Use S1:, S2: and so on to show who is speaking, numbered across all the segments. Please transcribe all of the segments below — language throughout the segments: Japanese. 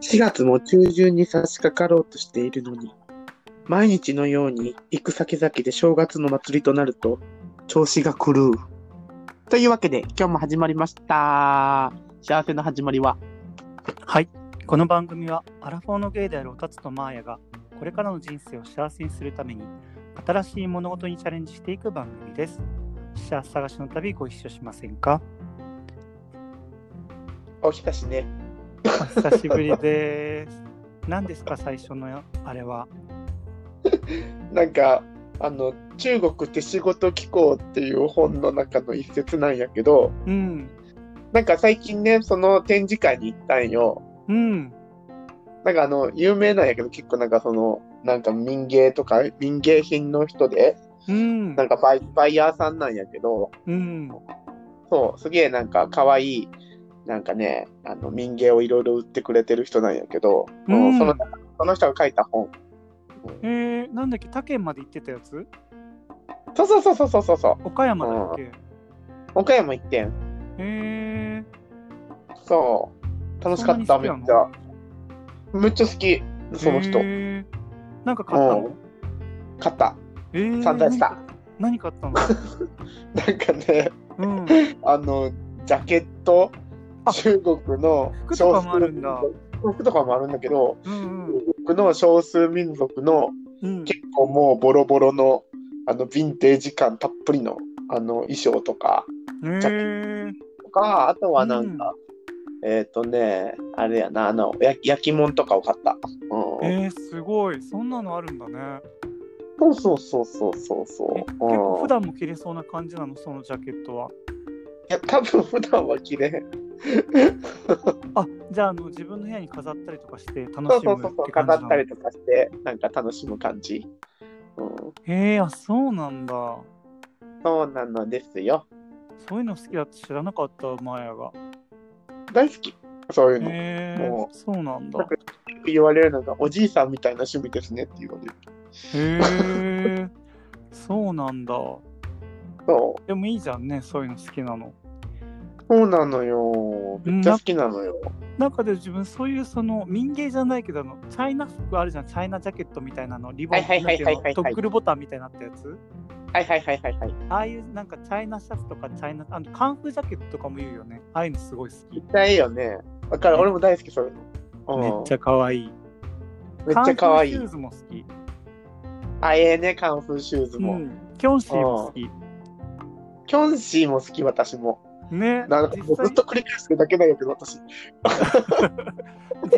S1: 4月も中旬に差し掛かろうとしているのに、毎日のように行く先々で正月の祭りとなると、調子が狂う。というわけで、今日も始まりました。幸せの始まりは、
S2: はい。この番組は、アラフォーのゲイであるおたつとマーヤが、これからの人生を幸せにするために、新しい物事にチャレンジしていく番組です。幸せ探しの旅、ご一緒しませんか
S1: おひたしね。
S2: お久しぶりです。 何ですか、最初のあれは。
S1: なんか、あの、中国手仕事機構っていう本の中の一節なんやけど、
S2: うん。
S1: なんか最近ね、その展示会に行ったんよ。
S2: うん。
S1: なんかあの、有名なんやけど、結構なんかその、なんか民芸とか、民芸品の人で、
S2: うん
S1: な。んかバイバイヤーさんなんやけど、
S2: うん。
S1: そう、すげえなんか可愛い、なんかね、あの民芸をいろいろ売ってくれてる人なんやけど、
S2: うん
S1: そのその人が書いた本。
S2: えー、なんだっけ、他県まで行ってたやつ
S1: そうそうそうそうそうそう。
S2: 岡山だっけ
S1: 岡山行ってん。
S2: えー、
S1: そう。楽しかった、
S2: そん
S1: めっ
S2: なに好き
S1: ち
S2: なの
S1: ゃ。めっちゃ好き、その人。
S2: えーなんか買った
S1: う
S2: の
S1: ん買った。
S2: えー、
S1: 散財した。
S2: 何買ったの
S1: なんかね、
S2: うん。
S1: あの、ジャケット、
S2: あ
S1: 中国の
S2: 服とかもあるんだ
S1: 少数民族服とかもあるんだけど、
S2: うんうん。
S1: 中国の少数民族の
S2: うん、
S1: 結構もうボロボロのあのヴィンテージ感たっぷりのあの衣装とかジャケ
S2: えー、
S1: とかあとはなんか、えっ、とねあれやなあのや焼き物とかを買った、うん
S2: えー、すごいそんなのあるんだね
S1: そうそうそうそうそうそううん
S2: え結構普段も着れそうな感じなのそのジャケットはい
S1: や多分普段は着れへん
S2: あじゃああの自分の部屋に飾ったりとかして楽しむ
S1: そうそうそうそ
S2: っ
S1: う
S2: て感じ
S1: 飾
S2: なの
S1: ったりとかしてなんか楽しむ感じ、うん、
S2: えー、あそうなんだ
S1: そうなのですよ
S2: そういうの好きだって知らなかったマヤが
S1: 大好きそういうの、
S2: え
S1: も
S2: ー、そうなんだ
S1: なんか言われるのがおじいさんみたいな趣味ですねって言われる
S2: へえー、そうなんだ
S1: そう
S2: でもいいじゃんねそういうの好きなの
S1: そうなのよ。めっちゃ好きなのよ。
S2: 中で自分そういうその民芸じゃないけどあのチャイナ服あるじゃんチャイナジャケットみたいなのリボン
S1: はいはいはいはいはいはい
S2: なんていうのトックルボタンみたいになったやつ
S1: はいはいはいはいはい。
S2: ああいうなんかチャイナシャツとかチャイナあのカンフージャケットとかも言うよねああいうのすごい好き
S1: めっちゃいいよね。わかる。
S2: ね
S1: 俺も大好きそういう
S2: め
S1: の。うん
S2: っちゃ可愛い
S1: めっちゃ可愛
S2: カンフーシュ
S1: い
S2: ー。ズも好き
S1: あ、ええね、カンフーシューズ
S2: う
S1: も。
S2: んキョンシーも好き
S1: キョンシーも好き、私も。
S2: ね
S1: なんかもうずっと繰り返してるだけだよけど、私。
S2: 実際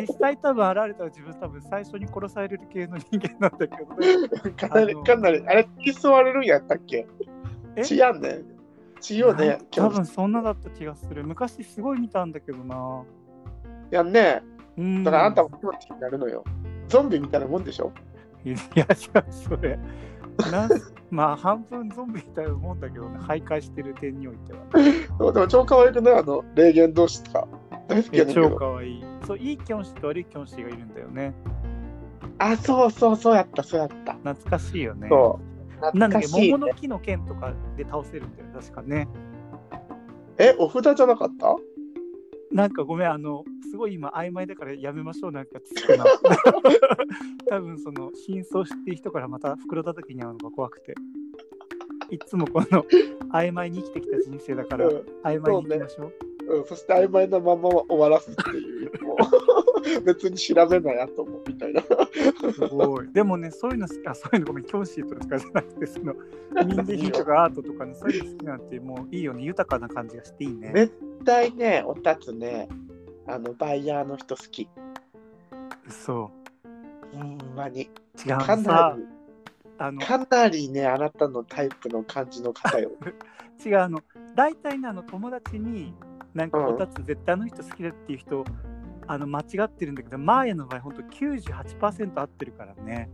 S2: 実際多分現れたら自分多分最初に殺される系の人間なんだけど
S1: かなり、かなり、あれ、気吸われるんやったっけ
S2: え
S1: 血やんね。血よね、キ
S2: 多
S1: ョンシー
S2: 分そんなだった気がする昔すごい見たんだけどな
S1: やんね。
S2: うん
S1: だからあんたも気持ちになるのよ。ゾンビみたいなもんでしょ
S2: いや、違う、それ。なんまあ、半分ゾンビみたいなもんだけどね、徘徊してる点においては。
S1: そうでも超可愛くないあの、霊言同士とか。大好き
S2: い
S1: や
S2: や、
S1: ねんけど
S2: 超。可愛い。そう、いいキョンシーと悪いキョンシーがいるんだよね。
S1: あ、そうそうそうやった、そうやった。
S2: 懐かしいよね。
S1: そう。
S2: な
S1: 懐
S2: ん
S1: か
S2: だっけ、
S1: しい、
S2: 桃
S1: ね。
S2: の木の剣とかで倒せるんだよ、確かね。
S1: え、お札じゃなかった
S2: なんかごめん、あの、すごい今曖昧だからやめましょう、なんかつくな。 多分その、真相知ってる人からまた袋叩きに遭うのが怖くて。いつもこの曖昧に生きてきた人生だから
S1: う、ん
S2: 曖昧にいきましょう。
S1: うん、そして曖昧なまま終わらすって いう。もう別に調べない後もみたいな。
S2: すごい。でもね、そういうの好き、あ、そういうのごめん、教師とかじゃなくて、その、民芸品とかアートと かね、そういうの好きなんて、もういいよね、豊かな感じがしていいね。
S1: ね絶対ね、おたつね、あの、バイヤーの人好き。
S2: そ
S1: ほんまに。
S2: う。違う
S1: か
S2: の
S1: な
S2: さ
S1: り、、
S2: あの、
S1: かなりね、あなたのタイプの感じの方 よ。
S2: 違う、あの、大体ね、あの、友達に、なんか、
S1: うん
S2: こたつ、絶対あの人好きだっていう人、あの、間違ってるんだけど、マーヤの場合、ほんと98%合ってるからね。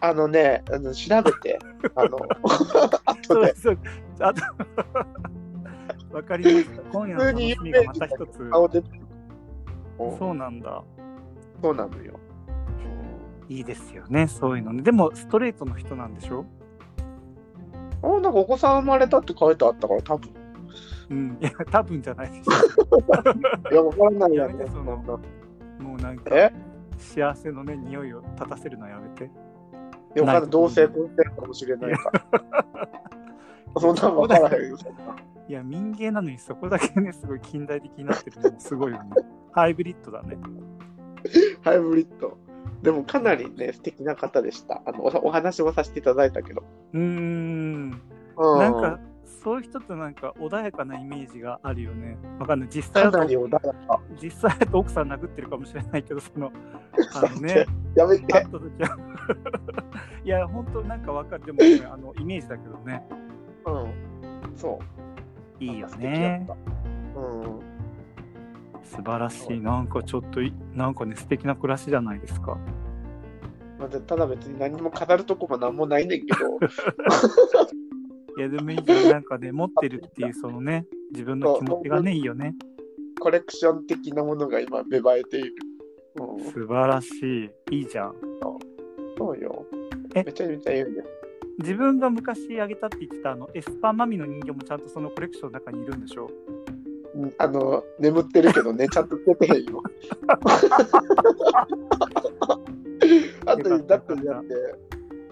S1: あのね、あの調べて、あ の、
S2: そ
S1: 後
S2: う
S1: で
S2: そう。あと、わかりました。今夜
S1: 普
S2: の
S1: 通
S2: 楽
S1: に
S2: し
S1: 有
S2: み
S1: 名
S2: が
S1: 人
S2: また
S1: だけ
S2: 一
S1: ど
S2: つ。
S1: 顔出てる。うん
S2: そうなんだ。
S1: そうなのよ。
S2: いいですよね、そういうのね。でも、ストレートの人なんでしょ
S1: あ、なんかお子さん生まれたって書いてあったから、多分。
S2: うん、いや、多分じゃないです。
S1: いや、わからないや
S2: やめてその
S1: ん。
S2: もうなんか
S1: え
S2: 幸せのね匂いを立たせるのやめて
S1: でもまだ同性同性かもしれないから。 そんなん分からへんよ。そんない
S2: や民芸なのにそこだけねすごい近代的になってるのもすごいよねハイブリッドだね
S1: ハイブリッド。でもかなりね、素敵な方でした。あのおお話もさせていただいたけど。
S2: うーん
S1: うん、
S2: なんかそういう人ってなんか穏やかなイメージがあるよねわかんない実際
S1: か
S2: だと
S1: なり穏やか。
S2: 実際だと奥さん殴ってるかもしれないけどそ のあのね
S1: やめ
S2: 会
S1: て。
S2: った時はいや本当なんかわかるでも、ね、あのイメージだけどね
S1: うん。そう。
S2: いいよね
S1: なんか素敵だった。うん。
S2: 素晴らしいなんかちょっといなんかね素敵な暮らしじゃないですか
S1: まあ、でただ別に何も飾るとこも何もないねん けど、
S2: いやでもいいじゃんなんかね持ってるっていうそのね自分の気持ちがねいいよね
S1: コレクション的なものが今芽生えている。うん、
S2: 素晴らしいいいじゃん
S1: そうよ。
S2: え
S1: めちゃめちゃ言うんだよ。
S2: 自分が昔あげたって言ってたあのエスパーマミの人形もちゃんとそのコレクションの中にいるんでしょ
S1: うんあの、眠ってるけどね、ちゃんと出てへん よ。あとに、だってだって、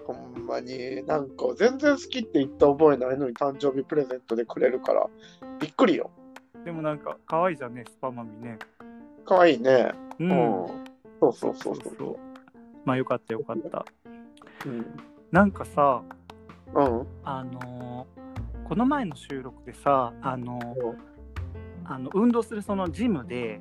S1: ほんまに、なんか全然好きって言った覚えないのに誕生日プレゼントでくれるから、びっくりよ。
S2: でもなんか可愛いじゃんねエスパーマミね
S1: かわいいね。
S2: う
S1: うんん。そうそうそうそう。
S2: そうまあよかったよかった
S1: うん。
S2: なんかさ
S1: うん。
S2: あのーこの前の収録でさあのー
S1: うん
S2: あの運動するそのジムで、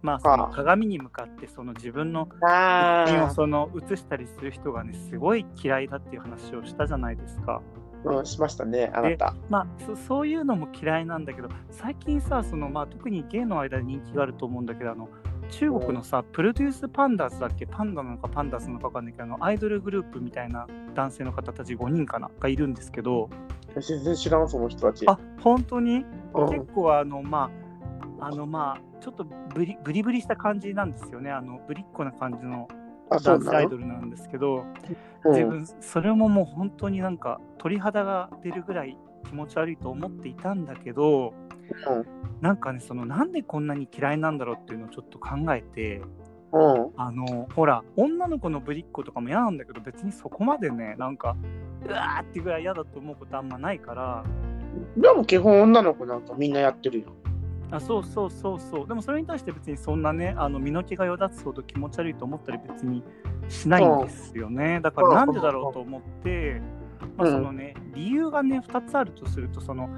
S2: まあ、そ
S1: あ
S2: の
S1: あ
S2: 鏡に向かってその自分の
S1: あ
S2: 一品をその映したりする人がねすごい嫌いだっていう話をしたじゃないですか。
S1: うん、しましたね、あなた。
S2: まあそそういうのも嫌いなんだけど最近さその、まあ、特にゲイの間で人気があると思うんだけどあの中国のさプロデュースパンダーズだっけパンダなのかパンダーズなのか分かんないけどあのアイドルグループみたいな男性の方たち5人かながいるんですけど
S1: 全然知らん、その人たち。
S2: あ本当に
S1: うん、
S2: 結構あのまああのまあちょっとブリブリブリした感じなんですよねあのブリッコな感じの
S1: あ、そ
S2: ダ
S1: う
S2: ンスア
S1: な
S2: イ
S1: の
S2: ドルなんですけど
S1: うん
S2: 自分それももう本当になんか鳥肌が出るぐらい気持ち悪いと思っていたんだけ
S1: う
S2: ど
S1: ん
S2: なんかねそのなんでこんなに嫌いなんだろうっていうのをちょっと考えて
S1: うん。
S2: あのほら女の子のぶりっ子とかも嫌なんだけど別にそこまでねなんかうわーってぐらい嫌だと思うことあんまないから
S1: でも基本女の子なんかみんなやってるよ。
S2: あそうそうそうそうでもそれに対して別にそんなねあの身の毛がよだつほど気持ち悪いと思ったり別にしないんですよねだからなんでだろうと思って、まあ
S1: うん
S2: そのね、理由がね2つあるとするとその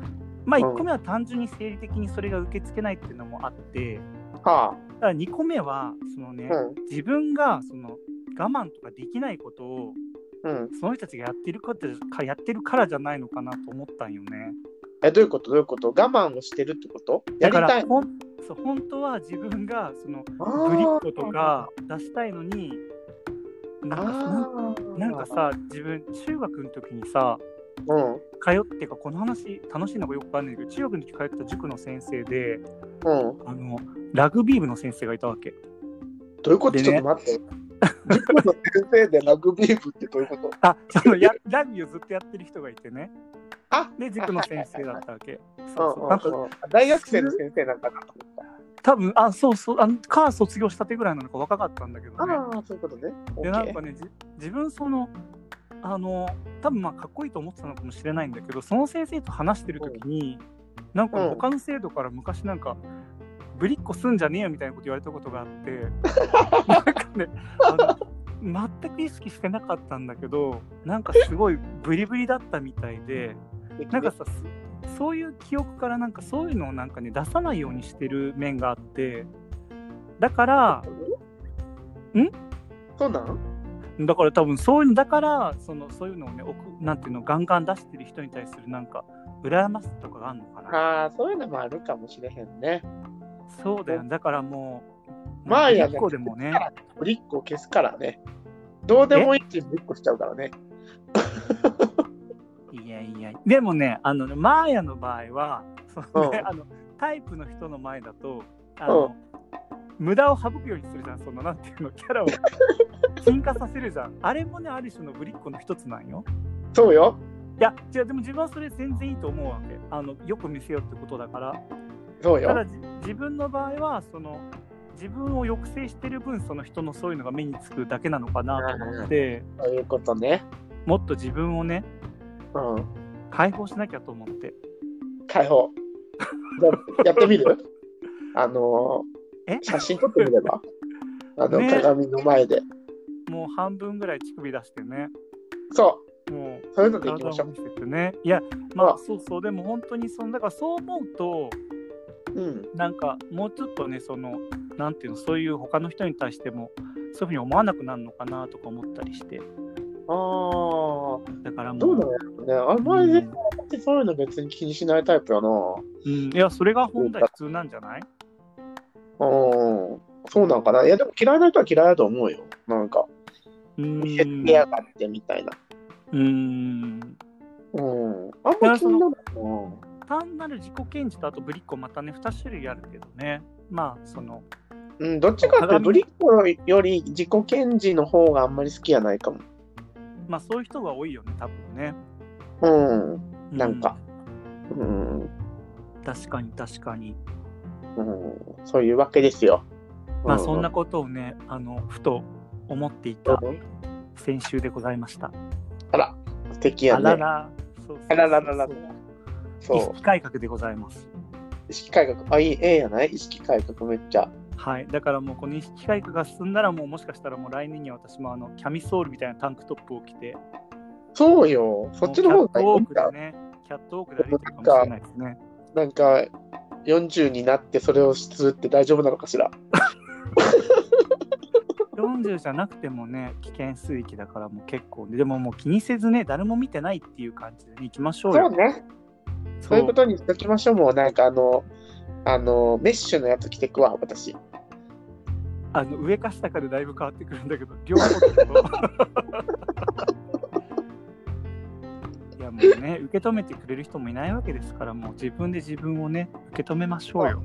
S2: まあ
S1: うん
S2: 1個目は単純に生理的にそれが受け付けないっていうのもあって
S1: は
S2: だから2個目はそのね
S1: あ。うん。
S2: 自分がその我慢とかできないことを
S1: うん。
S2: その人たちがやってることかやってるからじゃないのかなと思ったんよね。
S1: え、どういうことどういうこと我慢をしてるってことや
S2: だ
S1: り
S2: か
S1: た
S2: ら
S1: い。
S2: ほんそう本当は自分がその
S1: あ
S2: ブリッ
S1: ー
S2: コとか出したいのになんかなん
S1: あー
S2: なんか、さ自分中学の時にさ
S1: うん。うん。
S2: 通ってかこの話楽しいのかよくわかんないけど中学の時通ってた塾の先生で
S1: ど
S2: あのラグビー部の先生がいたわけ
S1: ういうこと、
S2: でね
S1: ちょっと待って。塾の先生でラグビー部ってどういうこと
S2: あそ のやラグビーをずっとやってる人がいてね
S1: あ
S2: で塾の先生だったわけそうそうな ん
S1: う
S2: か
S1: んうんうん。大学生の先生なんかなと思った。
S2: 多分あそうそうあのか卒業したてぐらいなのか若かったんだけどね
S1: ああ、そういうことね。オ
S2: で
S1: ッ
S2: なん
S1: ケー
S2: かねじ自分そのあの多分まあかっこいいと思ってたのかもしれないんだけどその先生と話してる時に、なんか
S1: うん
S2: 他の生徒から昔なんか、ぶりっ子すんじゃねえよみたいなこと言われたことがあって なんかねあの全く意識してなかったんだけどなんかすごいブリブリだったみたいでなんかさすそういう記憶からなんかそういうのをなんかね出さないようにしてる面があってだからん
S1: そうなん
S2: だから多分そういうのだからそのそういうのをね奥なんていうのガンガン出してる人に対するなんか羨ましさとかがあるのかな
S1: ああ、そういうのもあるかもしれへんね。
S2: そうだよねだからもう
S1: まあやね
S2: 一個でもね
S1: ブリックを消すからね。どうでもいいってブリックしちゃうからね。
S2: いやいやでもねあのねマーヤの場合はその、ね
S1: うん
S2: あのタイプの人の前だとあの、無駄を省くようにするじゃんそのなんていうのキャ ラを進化させるじゃんあれもねある種のぶりっ子の一つなんよ
S1: そうよ。
S2: いや違うでも自分はそれ全然いいと思うわけあのよく見せようってことだから
S1: そう
S2: た
S1: よ
S2: だ。じ自分の場合はその自分を抑制してる分その人のそういうのが目につくだけなのかなと思って
S1: そういうことね。
S2: もっと自分をね
S1: うん。
S2: 解放しなきゃと思って
S1: 解放。じゃあやってみるあのー
S2: え
S1: 写真撮ってみればあの、
S2: ね
S1: 鏡の前で。
S2: もう半分ぐらい乳首出してね
S1: そ
S2: も
S1: う、そういうの
S2: う
S1: でいき
S2: 体
S1: ましょ
S2: を
S1: う
S2: 見。せてねいやま
S1: あ
S2: あそうそうでも本当にそのだからそう思うと
S1: うん。
S2: なんかもうちょっとねそのなんていうのそういう他の人に対してもそういうふうに思わなくなるのかなとか思ったりして
S1: あ
S2: だから
S1: あ、
S2: も
S1: ど
S2: う
S1: うだろうね。あんまりね、そういうの別に気にしないタイプやな。
S2: うんうん、いやそれが本来普通なんじゃない
S1: うん。そうなんかな。いや、でも嫌いな人は嫌いだと思うよ。なんか、
S2: う
S1: 見
S2: ー
S1: せ
S2: ん
S1: てやがってみたいな。
S2: うーん
S1: うん。あんまり気にならないな。
S2: 単なる自己検事とあとぶりっ子またね2種類あるけどねまあその
S1: うん、どっちかっていうと
S2: 鏡
S1: ブリッコより自己検事の方があんまり好きやないかも。
S2: まあそういう人が多いよね多分ね、
S1: うん。
S2: う
S1: なんかうん。うん
S2: 確かに確かに
S1: そういうわけですよ。
S2: まあ
S1: う
S2: そんなことをねあのふと思っていた
S1: うん
S2: 先週でございました
S1: あら、素敵や
S2: あら
S1: ね。
S2: らそうそうそう
S1: あらららら
S2: 意
S1: そ
S2: 識改革でございます
S1: う。意識改革。あ、いい、ええやない意識改革めっちゃ。
S2: はいだからもうこの意識改革が進んだらもうもしかしたらもう来年には私もあのキャミソールみたいなタンクトップを着て
S1: そうよ。そっちの方がいいんだ。
S2: ね。キャットウォークで歩いてるかもしれないですね。
S1: なんか、40になってそれをするって大丈夫なのかしら。
S2: 40じゃなくてもね、危険水域だからもう結構で、でももう気にせずね、誰も見てないっていう感じで、ね、行きましょう
S1: そう
S2: よ。
S1: ね。そういうことにしときましょう。もうなんかあの、あの、メッシュのやつ着てくわ、私。
S2: あの上か下かでだいぶ変わってくるんだけど、両方とも いやもうね、受け止めてくれる人もいないわけですから、もう自分で自分をね、受け止めましょうよ。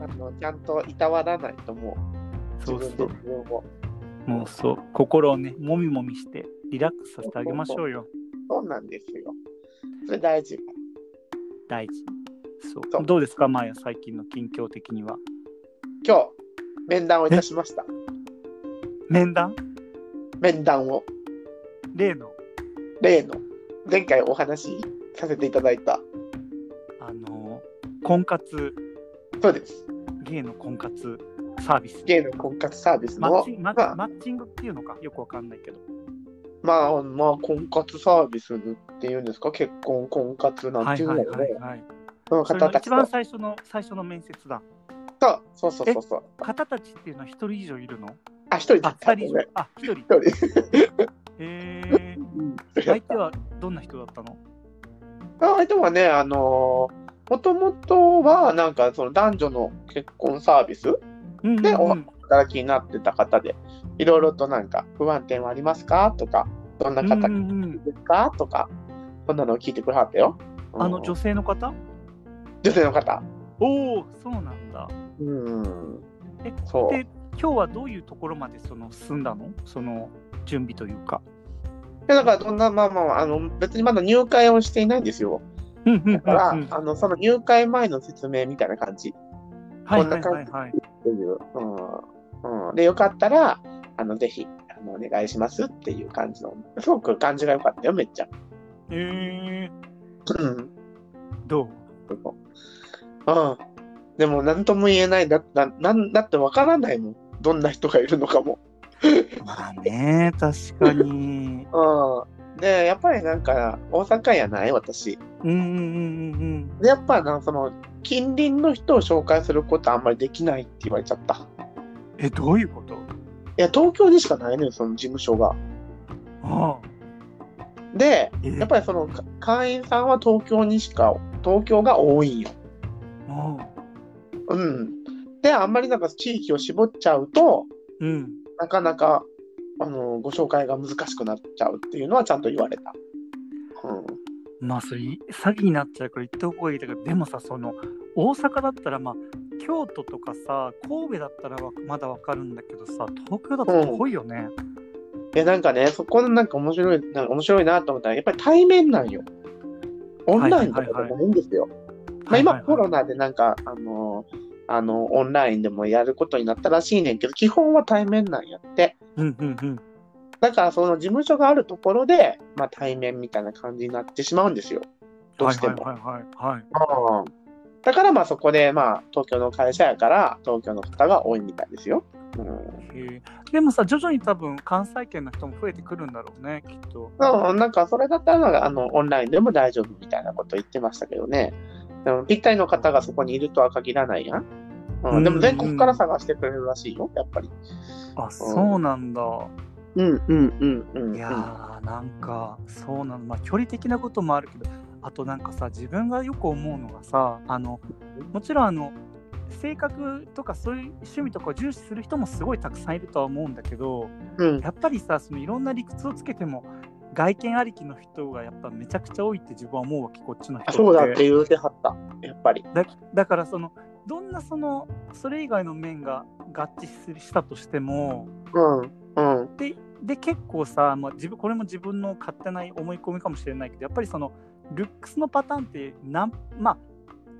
S1: あの、ちゃんといたわらないともう、
S2: そう
S1: 自分
S2: そう
S1: で。自分を。
S2: もうそう、心をね、もみもみして、リラックスさせてあげましょうよ。
S1: そうなんですよ。それ大事。
S2: 大事。そう
S1: そう
S2: どうですか、マーヤ、最近の近況的には。
S1: 今日、面談をいたしました。
S2: 面談
S1: 面談を。
S2: 例の、
S1: 例の、前回お話しさせていただいた。
S2: あの、婚活、
S1: そうです。
S2: ゲイの婚活サービス。
S1: ゲイの婚活サービス
S2: マッ
S1: の
S2: チ、マ
S1: まあ
S2: マッチングっていうのか、よくわかんないけど。
S1: まあ、まあ、婚活サービスっていうんですか、結婚、婚活なん
S2: は
S1: て
S2: い
S1: いうの
S2: は
S1: も
S2: いはい、はい。
S1: その
S2: それ
S1: 方
S2: の
S1: た
S2: 一
S1: ち
S2: 番
S1: と。
S2: 最初の、最初の面接だ。
S1: そうそうそうそうそう。
S2: 方たちっていうのは一人以上いるの
S1: あ、一人だ
S2: あ
S1: っ、た
S2: 二
S1: ん
S2: 人
S1: で
S2: 以上
S1: ね。。
S2: あ、一人。
S1: 一人。
S2: えー、相手はどんな人だったの
S1: あ相手はね、あのー、もともとは、なんか、その男女の結婚サービス
S2: うんうん
S1: でお
S2: うん
S1: 働きになってた方で、いろいろとなんか、不安定はありますかとか、どんな方
S2: うんうんうん
S1: ですかとか、そんなのを聞いてくれはったよ。うん
S2: あの女性の方
S1: 女性の方。
S2: おお、そうなんだ。
S1: うん
S2: え。
S1: そう。
S2: で、今日はどういうところまでその進んだのその準備というか。
S1: でだから、どんな、まあまあ、あの、別にまだ入会をしていないんですよ。
S2: うんうんうんうん
S1: だから、あの、その入会前の説明みたいな感じ
S2: はい
S1: こん
S2: はい
S1: な
S2: は
S1: 感
S2: い
S1: じ
S2: はい。
S1: という。うん。うん、で、よかったら、あの、ぜひ、あの、お願いしますっていう感じの、すごく感じが良かったよ、めっちゃ。
S2: えー、
S1: うん。
S2: どう
S1: うん。でも、なんとも言えない。だだなんだってわからないもん。どんな人がいるのかも。
S2: まあね、確かに。
S1: うん。で、やっぱりなんか、大阪やない私。
S2: うんうんうんうん
S1: でやっぱな、その、近隣の人を紹介することあんまりできないって言われちゃった。い
S2: うん。え、どういうこと
S1: や、東京にしかないのよ、その事務所が。
S2: ああ。
S1: で、
S2: え
S1: やっぱりその、か会員さんは東京にしか、東京が多いんよ。
S2: ああ
S1: うん。で、あんまりなんか地域を絞っちゃうと、
S2: うん。
S1: なかなか、あの、ご紹介が難しくなっちゃうっていうのはちゃんと言われた。うん。
S2: まあそれ詐欺になっちゃうから言った方がいいだけどでもさその大阪だったらまあ京都とかさ神戸だったらわまだわかるんだけどさ東京だと遠いよね、
S1: で、なんかね、そこのなんか面白い、なんか面白いなと思ったら、やっぱり対面なんよ。オンラインとかじゃないんですよ。まあ、今コロナでなんか、あのあの、オンラインでもやることになったらしいねんけど、基本は対面なんやって。
S2: うんうんうん。
S1: だから、その事務所があるところで、まあ、対面みたいな感じになってしまうんですよ。どうしても。
S2: はいはいはいはい、は
S1: う
S2: い。
S1: んだから、まあ、そこで、まあ、東京の会社やから、東京の方が多いみたいですよ。うん。
S2: へえでもさ、徐々に多分関西圏の人も増えてくるんだろうね、きっと。
S1: うん、なんか、それだったら、あの、オンラインでも大丈夫みたいなこと言ってましたけどね。でも、ぴったりの方がそこにいるとは限らないやん。うん、でも、全国から探してくれるらしいよ、やっぱり。
S2: あ、そうなんだ。
S1: うん、うん、うん、うん。
S2: いやー、なんか、そうなんだ。まあ、距離的なこともあるけど、あとなんかさ、自分がよく思うのがさ、あの、もちろんあの、性格とかそういう趣味とかを重視する人もすごいたくさんいるとは思うんだけど、
S1: うん。
S2: やっぱりさ、そのいろんな理屈をつけても、外見ありきの人がやっぱめちゃくちゃ多いって自分は思うわけ、こっちの人
S1: あそうだって言うてはった。やっぱり。
S2: だだからそのどんなそのそれ以外の面が合致するしたとしても
S1: うん、うん、
S2: でで結構さ、まあ、自分これも自分の勝手な思い込みかもしれないけどやっぱりそのルックスのパターンってなんまあ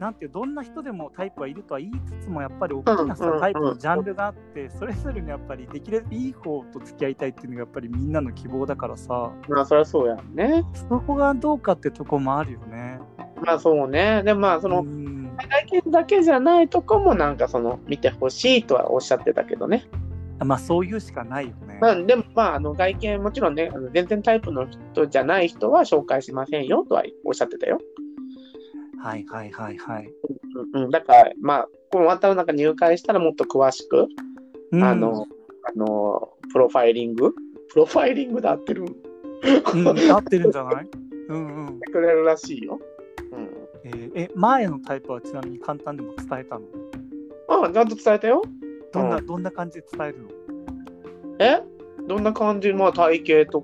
S2: なんていうどんな人でもタイプはいるとは言いつつもやっぱり大きな
S1: うんうん
S2: さ
S1: うん
S2: タイプのジャンルがあってそれぞれにやっぱりできるだけいい方と付き合いたいっていうのがやっぱりみんなの希望だからさ
S1: まあそりゃそうやんね。
S2: そこがどうかってとこもあるよね。
S1: まあそうね。でもまあその
S2: うん
S1: 外見だけじゃないとこもなんかその見てほしいとはおっしゃってたけどね。
S2: まあそういうしかないよね。
S1: まあでもまああの外見もちろんねあの全然タイプの人じゃない人は紹介しませんよとはおっしゃってたよ。
S2: はいはいはいはい。
S1: うんうん、だからまあこの渡の中入会したらもっと詳しく、
S2: うん
S1: あのあのプロファイリングプロファイリングで合ってる。
S2: うん、合ってるんじゃないうんうん。
S1: くれるらしいよ。うん
S2: えーえ、前のタイプはちなみに簡単でも伝えたの
S1: あ、ちゃんと伝えたよ。
S2: どんな、
S1: う
S2: どんな感じで伝えるの
S1: えどんな感じまあ体型と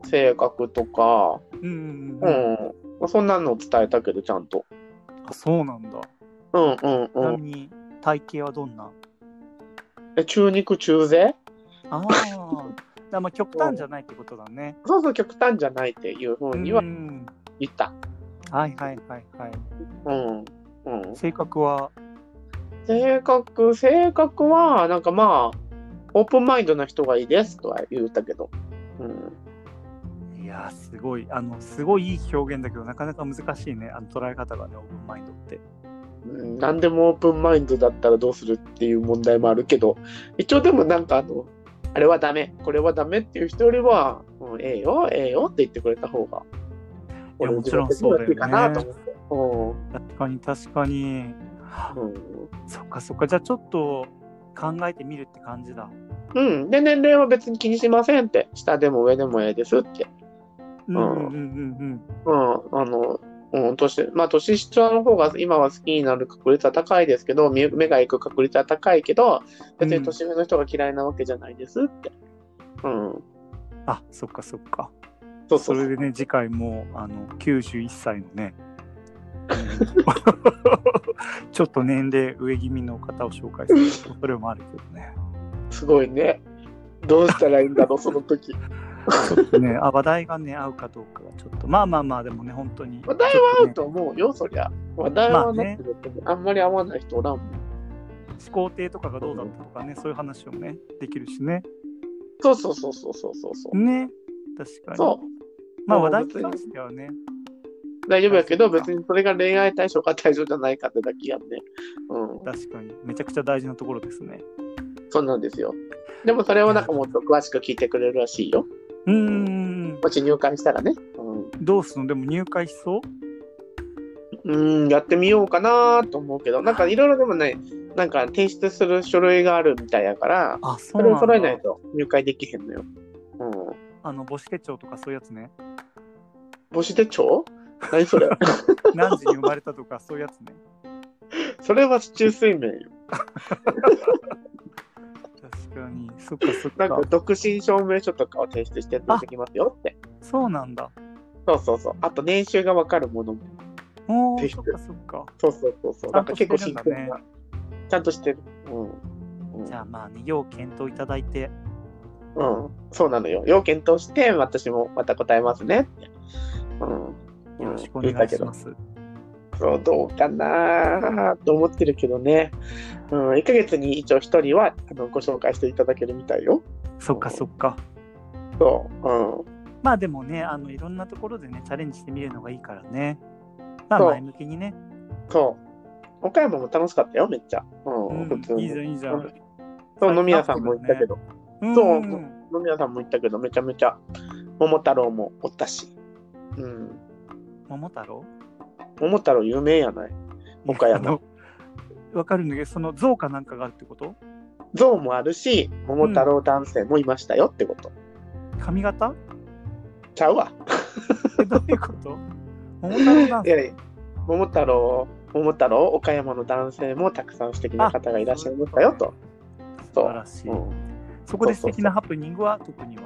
S1: か、性格とか、
S2: うん
S1: う
S2: うんうん。
S1: ん。まあそんなのを伝えたけど、ちゃんと。
S2: あ、そうなんだ。
S1: うんうん
S2: ち
S1: う
S2: なみ
S1: ん。
S2: に体型はどんな
S1: え、中肉中背
S2: ああ。だからまあ極端じゃないってことだね。
S1: そうそう、極端じゃないっていうふうには
S2: ん。
S1: 言った。
S2: はいはいはいはい。
S1: うん。うん。
S2: 性格は、
S1: 性格、性格は、なんかまあ、オープンマインドな人がいいですとは言ったけど。うん。
S2: いやーすごい、あの、すごいいい表現だけど、なかなか難しいね、あの捉え方がね、オープンマインドって。
S1: うん何でもオープンマインドだったらどうするっていう問題もあるけど一応でもなんかあのあれはダメこれはダメっていう人よりは、うん、ええよええよって言ってくれた方が
S2: いやもちろんそうだよね
S1: 俺の自分的には
S2: 確かに確かに。
S1: いいかなと思って
S2: そっかそっか、じゃあちょっと考えてみるって感じだ。
S1: うん、うんうん、で年齢は別に気にしませんって下でも上でもええですって、
S2: うんうんうんう
S1: う
S2: ん。
S1: ん、あの、うん、年まあ年下の方が今は好きになる確率は高いですけど目目が行く確率は高いけど別に年上の人が嫌いなわけじゃないですってうん
S2: あそっかそっか。
S1: そう
S2: そ
S1: そう
S2: れでね、次回もあの91歳の ね、ちょっと年齢上気味の方を紹介するそれもあるけどね。
S1: すごいね。どうしたらいいんだろう、その 時。
S2: ちょっとね、あ話題がね、合うかどうかはちょっと、まあまあまあ、でもね、本当に。
S1: 話題
S2: ちょ
S1: 合
S2: っ
S1: うと思うよ、そりゃ。話題は
S2: まあ
S1: な
S2: ね
S1: くて別に、あんまり合わない人おらんもん。
S2: とね、思考亭とかがどうだったとかね、そういう話をね、できるしね。
S1: そうそうそうそうそうそうそう。
S2: ね、確かに。
S1: そう
S2: まあ
S1: もう
S2: 話題に関してはね、
S1: 大丈夫やけど、
S2: そう
S1: 別にそれが恋愛対象か対象じゃないかってだけやんね。う
S2: 確かに、めちゃくちゃ大事なところですね。
S1: ん、そうなんですよ。でもそれをなんかもっと詳しく聞いてくれるらしいよ。
S2: うーん、
S1: もし入会したらね。うん
S2: どうすんのでも入会しそう
S1: うん、やってみようかなと思うけど、なんかいろいろでもね、なんか提出する書類があるみたいやから、
S2: あ、
S1: そ
S2: そ
S1: うれ
S2: なん
S1: を
S2: だ。
S1: 揃えないと入会できへんのよ。うん
S2: あの母子手帳とかそういうやつね。
S1: 母子手帳何 それ
S2: 何時に生まれたとかそういうやつね。
S1: それは市中水面よ。
S2: 確かに。そっかそっ
S1: なん
S2: か
S1: か。独身証明書とかを提出して出てきますよって。
S2: そうなんだ。
S1: そうそうそう。あと年収がわかるものも。
S2: お
S1: ぜ
S2: ー
S1: ひ
S2: そっかそっか。
S1: そうそうそうそう。
S2: ちゃ
S1: なん
S2: ん
S1: か
S2: と
S1: 結構真
S2: してるんだ
S1: 剣
S2: ね
S1: な。ちゃんとしてる。うん。うん
S2: じゃあまあ、ね、要検討いただいて。
S1: うん、そうなのよ。要件として私もまた答えますねって。うん。。
S2: よろしくお願いしますす。
S1: そう、どうかなと思ってるけどね。うん、1ヶ月に一応一人はあのご紹介していただけるみたいよ。
S2: そっかそっか。
S1: そう、うん。
S2: まあでもね、あのいろんなところでね、チャレンジしてみるのがいいからね。まあ
S1: そう
S2: 前向きにね。
S1: そう。岡山も楽しかったよ、めっちゃ。うん、
S2: うん
S1: 普通
S2: いい
S1: に
S2: じゃん、いいじゃん。
S1: そう、飲み屋さんも行ったけど、
S2: うん
S1: そう飲み屋さんも行ったけど、めちゃめちゃ、桃太郎もおったし。うん。
S2: 桃太郎
S1: 桃太郎有名やない。岡山
S2: あのわかるんだけど、その像かなんかがあるってこと
S1: 象もあるし、桃太郎男性もいましたよってこと。
S2: 髪型
S1: ちゃうわ。
S2: えどういうこと桃太郎ダン
S1: い
S2: ス
S1: やいや、桃太郎、桃太郎、岡山の男性もたくさん素敵な方がいらっしゃいましたよと。
S2: 素
S1: そ
S2: 晴
S1: う。
S2: らしい。
S1: うん
S2: そこで素敵なハプニングは特には。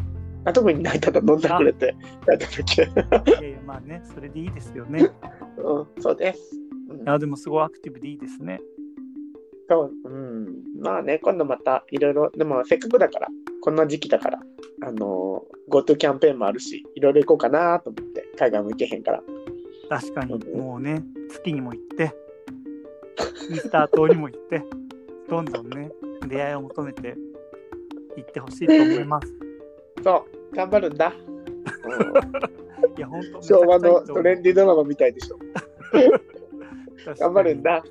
S1: あ特にないただ飲んだくれて、やっただけ。
S2: いやいや、まあね、それでいいですよね。い
S1: うん、そうです。うん
S2: や、でもすごいアクティブでいいですね。
S1: そううん、まあね、今度またいろいろ、でもせっかくだから、こんな時期だから、あのー、GoTo キャンペーンもあるし、いろいろ行こうかなと思って、海外も行けへんから。
S2: 確かに、
S1: うん
S2: もうね、月にも行って、イースター島にも行って、どんどんね、出会いを求めて行ってほしいと思います。
S1: そう、頑張るんだ。 うん
S2: いや、本当めちゃ
S1: 昭
S2: くちゃ
S1: 和
S2: いいと
S1: の
S2: 思う
S1: トレンディドラマみたいでしょ。
S2: 確かに
S1: 頑張るんだ。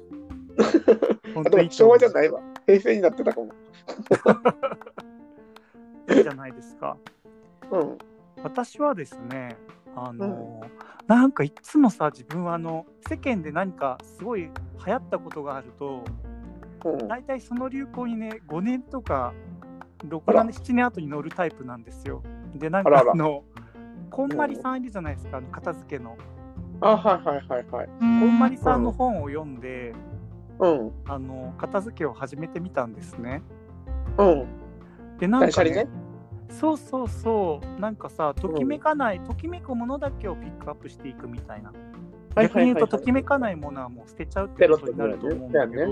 S2: 本
S1: あで
S2: 当い
S1: も
S2: いと
S1: 昭
S2: 思う
S1: 和じゃないわ。平成になってたかも。
S2: いいじゃないですか。
S1: うん。
S2: 私はですねあの、なんかいつもさ自分はあの世間で何かすごい流行ったことがあると
S1: うん、
S2: 大体その流行にね5年とか
S1: あら
S2: 67年後に乗るタイプなんですよ。でなん
S1: あら
S2: か
S1: あら
S2: あのこんまりさんいるじゃないですかあの片付けの。
S1: あ、はいはいはいはい。
S2: こんまりさんの本を読んで
S1: うん。
S2: あの片付けを始めてみたんですね。
S1: うん。
S2: でなん
S1: 断
S2: か、
S1: 捨
S2: ね
S1: 離ね。
S2: そうそうそうなんかさときめかない、ときめくものだけをピックアップしていくみたいな逆に言うとときめかないものはもう捨てちゃうってことになると思うんだけ
S1: ペロ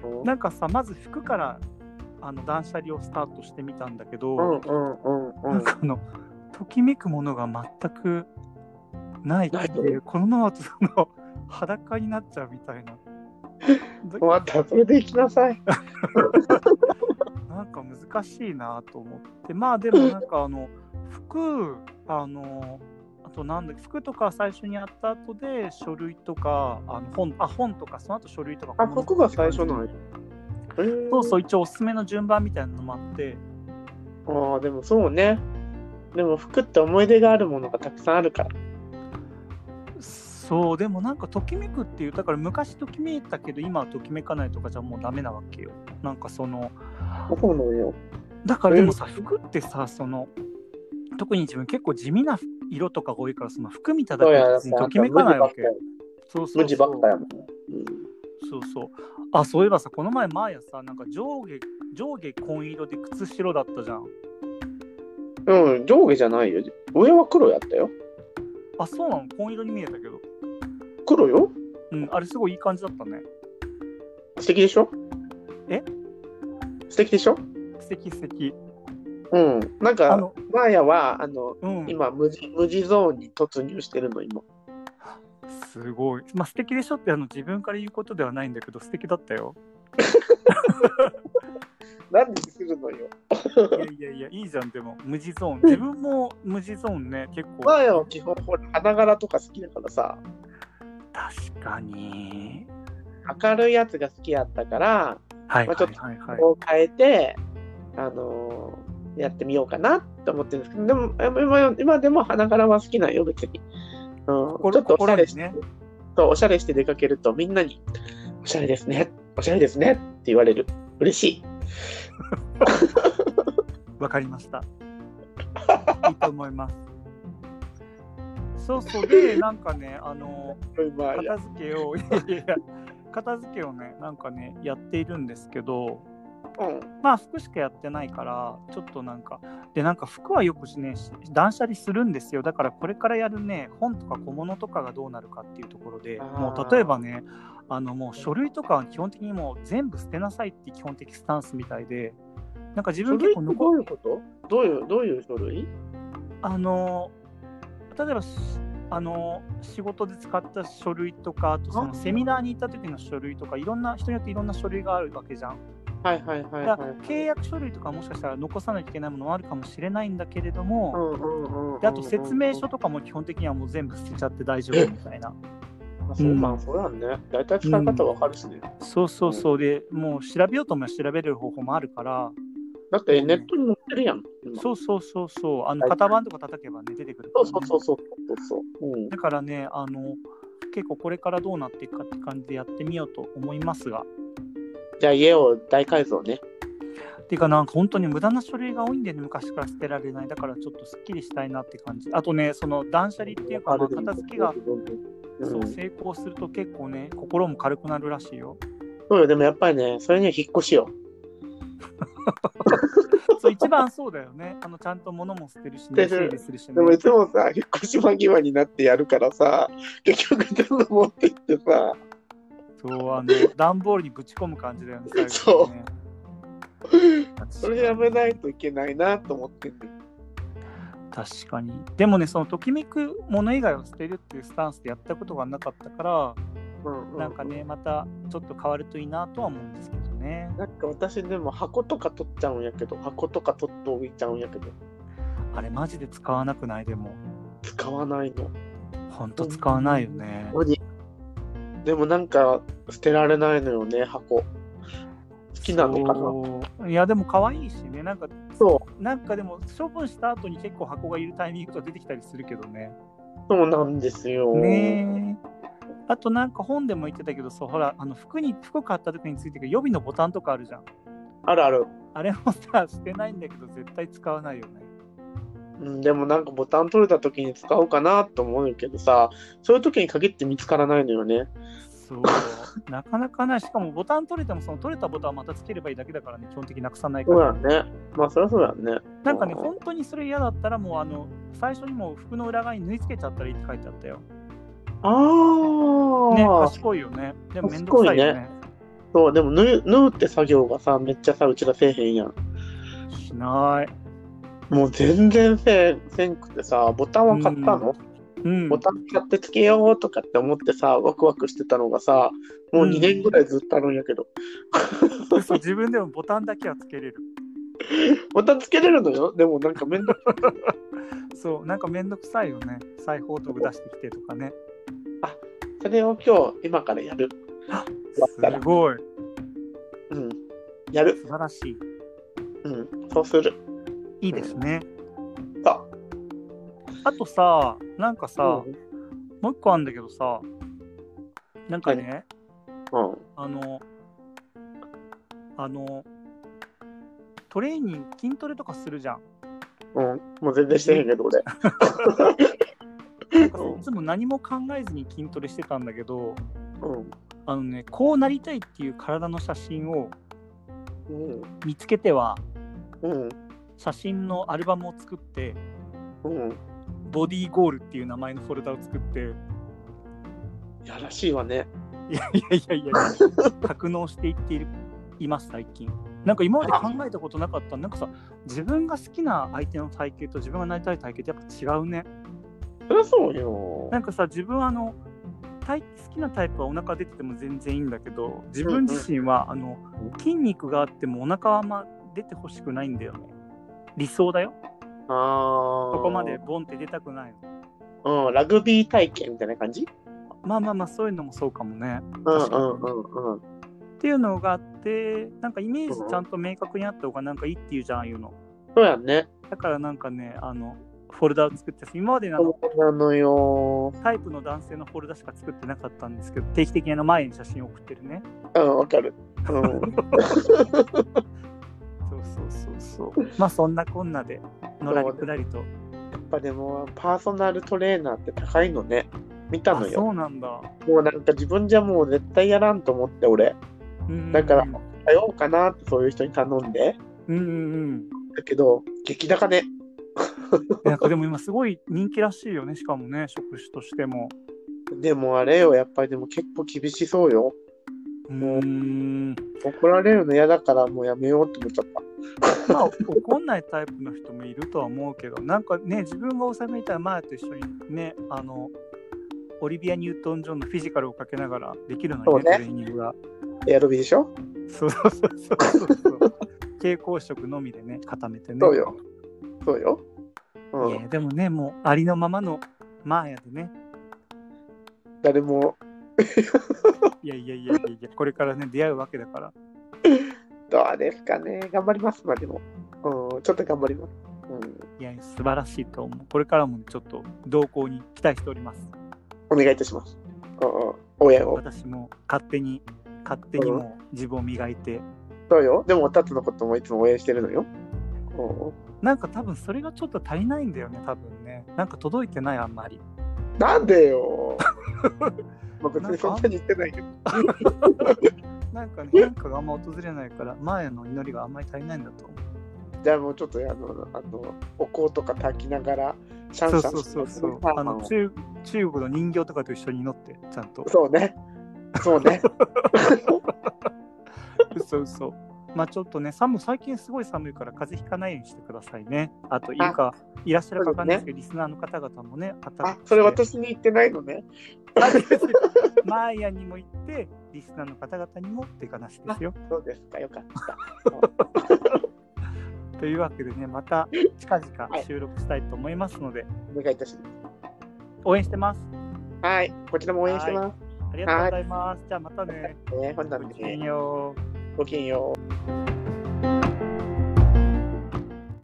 S2: ど、
S1: うん
S2: なんかさまず服からあの断捨離をスタートしてみたんだけど、
S1: うんうんうんう
S2: なん
S1: ん。
S2: かあのときめくものが全くないっていうこのままだとその裸になっちゃうみたいな。ど
S1: 終わった。それで行きなさい。
S2: なんか難しいなと思ってまあ でもなんかあの服あのあとなんだ服とか最初にやった後で書類とかあの本あ本とかその後書類とか
S1: あ、服が最初なの
S2: の
S1: よ。えー
S2: そうそう一応おすすめの順番みたいなのもあって
S1: ああでもそうねでも服って思い出があるものがたくさんあるから
S2: そうでもなんかときめくっていうだから昔ときめいたけど今はときめかないとかじゃもうダメなわけよなんかその
S1: そうなのよ
S2: だからでもさ服ってさその特に自分結構地味な色とかが多いからその服見ただ
S1: そう
S2: けで
S1: やだ
S2: 別にときめかないわけよそうそうそう
S1: 無地ばっかやもん
S2: そうそうあそういえばさこの前マーヤさなんか上下上下紺色で靴白だったじゃん
S1: うん、うん、上下じゃないよ上は黒やったよ
S2: あそうなの紺色に見えたけど
S1: 黒よ
S2: うんあれすごいいい感じだったね
S1: 素敵でしょ
S2: え
S1: 素敵でしょ
S2: 素敵素敵
S1: うんなん
S2: あ
S1: か
S2: の
S1: マーヤはあの
S2: うん
S1: 今無地無地ゾーンに突入してるの今
S2: すごいまあ素敵でしょってあの自分から言うことではないんだけど素敵だったよ
S1: なんでするのよ
S2: いやいやいやいいじゃんでも無地ゾーン自分も無地ゾーンね結
S1: マー
S2: 構
S1: ヤは基本ほら花柄とか好きだからさ
S2: 確かに
S1: 明るいやつが好きやったから
S2: はい
S1: ま
S2: は
S1: あちょっ
S2: いはいはい、
S1: を変えて、あのーやってみようかなって思ってるんですけど、でも今今でも花柄は好きなんよ、別に。うん、
S2: 心
S1: ちょっとおしゃれして、
S2: 心に
S1: そうおしゃれして出かけると、みんなに、おしゃれですね、おしゃれですねって言われる。嬉しい。
S2: わかりました。いいと思います。そうそうで、なんかね、あの、
S1: まあ、
S2: 片付けを、いやいや片付けをね、なんかね、やっているんですけど、
S1: うん、
S2: まあ、服しかやってないから、ちょっとなんか、で、なんか服はよくしね、し断捨離するんですよ。だから、これからやるね、本とか小物とかがどうなるかっていうところで、
S1: あー
S2: もう例えばね、あの、もう書類とかは基本的にもう全部捨てなさいって基本的スタンスみたいで、なんか自
S1: 書
S2: 分
S1: 類っ
S2: 結
S1: て
S2: 構残
S1: どういうことどういうどういう書類
S2: あの例えばしあの仕事で使った書類とかあとその
S1: あ
S2: セミナーに行った時の書類とかいろんな人によっていろんな書類があるわけじゃん。
S1: はいはいはい
S2: だ
S1: は
S2: から
S1: い。
S2: 契約書類とかもしかしたら残さないといけないものもあるかもしれないんだけれども、
S1: うんうんうんうん
S2: であと説明書とかも基本的にはもう全部捨てちゃって大丈夫みたいな。
S1: あそうまあそうやんね。大体使い方わかるしね。
S2: そうそうそうでもう調べようと思えば調べれる方法もあるから、
S1: だってネットに載ってるやん。今
S2: そうそうそうそうあの
S1: はい
S2: 型番とか叩けばね出てくるか
S1: そ
S2: ら
S1: う
S2: ね、
S1: そうそうそうそうそう。うん
S2: だからねあの結構これからどうなっていくかって感じでやってみようと思いますが
S1: じゃあ家を大改造ね。
S2: ていうかなんか本当に無駄な書類が多いんでね昔から捨てられないだからちょっとすっきりしたいなって感じあとねその断捨離っていうか、まあ、片付けが、
S1: うん
S2: そう成功すると結構ね心も軽くなるらしいよ
S1: そうよ、でもやっぱりね、それには引っ越しよ。
S2: そう一番そうだよね あのちゃんと物も捨てるし、
S1: でで
S2: ね、整理するしね
S1: でもいつもさ、引っ越し間際になってやるからさ、結局全部持ってってさ、
S2: そうあの段ボールにぶち込む感じだ よね最後にね
S1: それやめないといけないなと思ってて。
S2: 確かにでもねそのときめくもの以外を捨てるっていうスタンスでやったことがなかったから、
S1: うんうん
S2: なんかねまたちょっと変わるといいなとは思うんですけどね
S1: なんか私でも箱とか取っちゃうんやけど、箱とか取っておいちゃうんやけど、
S2: あれマジで使わなくないでも
S1: 使わないの。
S2: ほんと使わないよね
S1: 鬼でもなんか捨てられないのよね、箱。好きなのかな。
S2: そういやでも可愛いしねなんか
S1: そ
S2: なんかでも処分した後に結構箱がいるタイミングとか出てきたりするけどね
S1: そうなんですよ。
S2: ねえあとなんか本でも言ってたけどそうほらあの服に服買った時についてくる予備のボタンとかあるじゃん
S1: あるある。
S2: あれもさ捨てないんだけど絶対使わないよね
S1: うん、でもなんかボタン取れた時に使おうかなと思うけどさ、そういう時に限って見つからないのよね。
S2: そう、なかなかない。しかもボタン取れても、その取れたボタンまたつければいいだけだからね、基本的になくさないか
S1: そう
S2: ら。
S1: やね。まあそりゃそうやね。
S2: なんかね、
S1: うん
S2: 本当にそれ嫌だったら、もうあの、最初にもう服の裏側に縫い付けちゃったらいいって書いてあったよ。
S1: ああ、
S2: ね、賢いよね。でもめんどくさいよね。
S1: そう、でも縫う縫うって作業がさ、めっちゃさ、うちらせえへんやん。
S2: しない。
S1: もう全然せえせんくてさ、ボタンは買ったの、
S2: うん。
S1: ボタン買ってつけようとかって思ってさ、ワクワクしてたのがさ、もう2年ぐらいずっとあるんやけど、
S2: そう自分でもボタンだけはつけれる。
S1: ボタンつけれるのよ。でもなんかめんどくさい。
S2: そう、なんかめんどくさいよね。裁縫とか出してきてとかね。
S1: それを今日、今からやる。
S2: すごい。
S1: うん。やる。
S2: 素晴らしい。
S1: うん。そうする。
S2: いいですね。
S1: さ
S2: あとさ、なんかさ、
S1: うん
S2: もう一個あるんだけどさ、なんかね、
S1: うん。
S2: あの、あの、トレーニング、筋トレとかするじゃん。
S1: うん。もう全然してへんけど、俺。
S2: なんかいつも何も考えずに筋トレしてたんだけど、
S1: うん。
S2: あのね、こうなりたいっていう体の写真を
S1: うん。
S2: 見つけては、
S1: うん。
S2: 写真のアルバムを作って、
S1: うん。
S2: ボディーゴールっていう名前のフォルダを作って、
S1: やらしいわね。
S2: いやいやいやいや、格納していっているいます、最近。なんか今まで考えたことなかった、なんかさ、自分が好きな相手の体型と自分がなりたい体型ってやっぱ違うね。
S1: そりゃそうよ。
S2: なんかさ自分はあの体好きなタイプはお腹出てても全然いいんだけど自分自身はあの筋肉があってもお腹はあんま出てほしくないんだよね理想だよ
S1: ああ。
S2: ここまで。ボンって出たくないの
S1: うん。ラグビー体験みたいな感じ
S2: まあまあまあそういうのもそうかもね
S1: うんうんうんうん。
S2: っていうのがあってなんかイメージちゃんと明確にあった方がなんかいいっていうじゃんああいうの
S1: そうやね。
S2: だからなんかねあのフォルダを作って今まであの
S1: そうなのよ。
S2: タイプの男性のフォルダしか作ってなかったんですけど定期的にあの前に写真を送ってるね
S1: うん、わかる。うん。
S2: そうそうそう そう。まあそんなこんなで、のらりくらりと。
S1: やっぱでも、パーソナルトレーナーって高いのね。見た
S2: あ
S1: のよ。
S2: そうなんだ。
S1: もうなんか自分じゃもう絶対やらんと思って、俺。
S2: うん
S1: だから頼おうかなってそういう人に頼んで。
S2: うんうん
S1: だけど、激高ね。
S2: うん。なんかでも今すごい人気らしいよね、しかもね、職種としても。
S1: でもあれよ、やっぱりでも結構厳しそうよ。
S2: うーん。
S1: 怒られるの嫌だからもうやめようって思っちゃっ
S2: まあ怒んないタイプの人もいるとは思うけどなんかね自分がおさめた前と一緒にねあのオリビア・ニュートン・ジョンのフィジカルをかけながらできるのに
S1: そう
S2: ね
S1: ね
S2: トレーニングが
S1: エアロビでしょ
S2: そうそうそうそうそう蛍光色のみでね固めてね
S1: そうよそうよ。う
S2: い
S1: ん。
S2: やでもねもうありのままのマーヤでね
S1: 誰も、
S2: いやいやいやいやいやこれからね出会うわけだから
S1: どうですかね。頑張ります、まあでも。うん、ちょっと頑張ります。うん。
S2: いや素晴らしいと思うこれからもねちょっと動向に期待しております
S1: お願いいたします。うんうん。親を。
S2: 私も勝手に勝手にもう自分を磨いて
S1: そうよ。でも、タツのこともいつも応援してるのよ。う
S2: なんか多分それがちょっと足りないんだよね多分ねなんか届いてないあんまり
S1: ん。なんで よ。まあ別
S2: なん
S1: に
S2: か
S1: そんなに言ってないけど。
S2: なんかね変化があんま訪れないからマーヤの祈りがあんまり足りないんだと思う
S1: じゃあもうちょっとあの、あの、お香とか炊きながら、シャ
S2: そ
S1: ン
S2: う
S1: シャン
S2: そう
S1: し
S2: そ
S1: な
S2: うそう
S1: がら
S2: あの中中国の人形とかと一緒に祈ってちゃ んと
S1: そうね。そう ね。
S2: 嘘嘘まあちょっとね寒い最近すごい寒いから風邪ひかないようにしてくださいねあというかいらっしゃるかわかんないですけど、リスナーの方々もねあ
S1: あ、それ私に言ってないのね。
S2: マーヤにも行ってリスナーの方々にもっていう話ですよ
S1: そうですか、よかった。
S2: というわけでねまた近々収録したいと思いますので、
S1: お願いいたします。
S2: 応援してます
S1: はい、こちらも応援してます。
S2: ありがとうございますじゃあまたね
S1: ね、本な
S2: ご
S1: ん
S2: きげん
S1: で、
S2: よう
S1: ごきげんよう。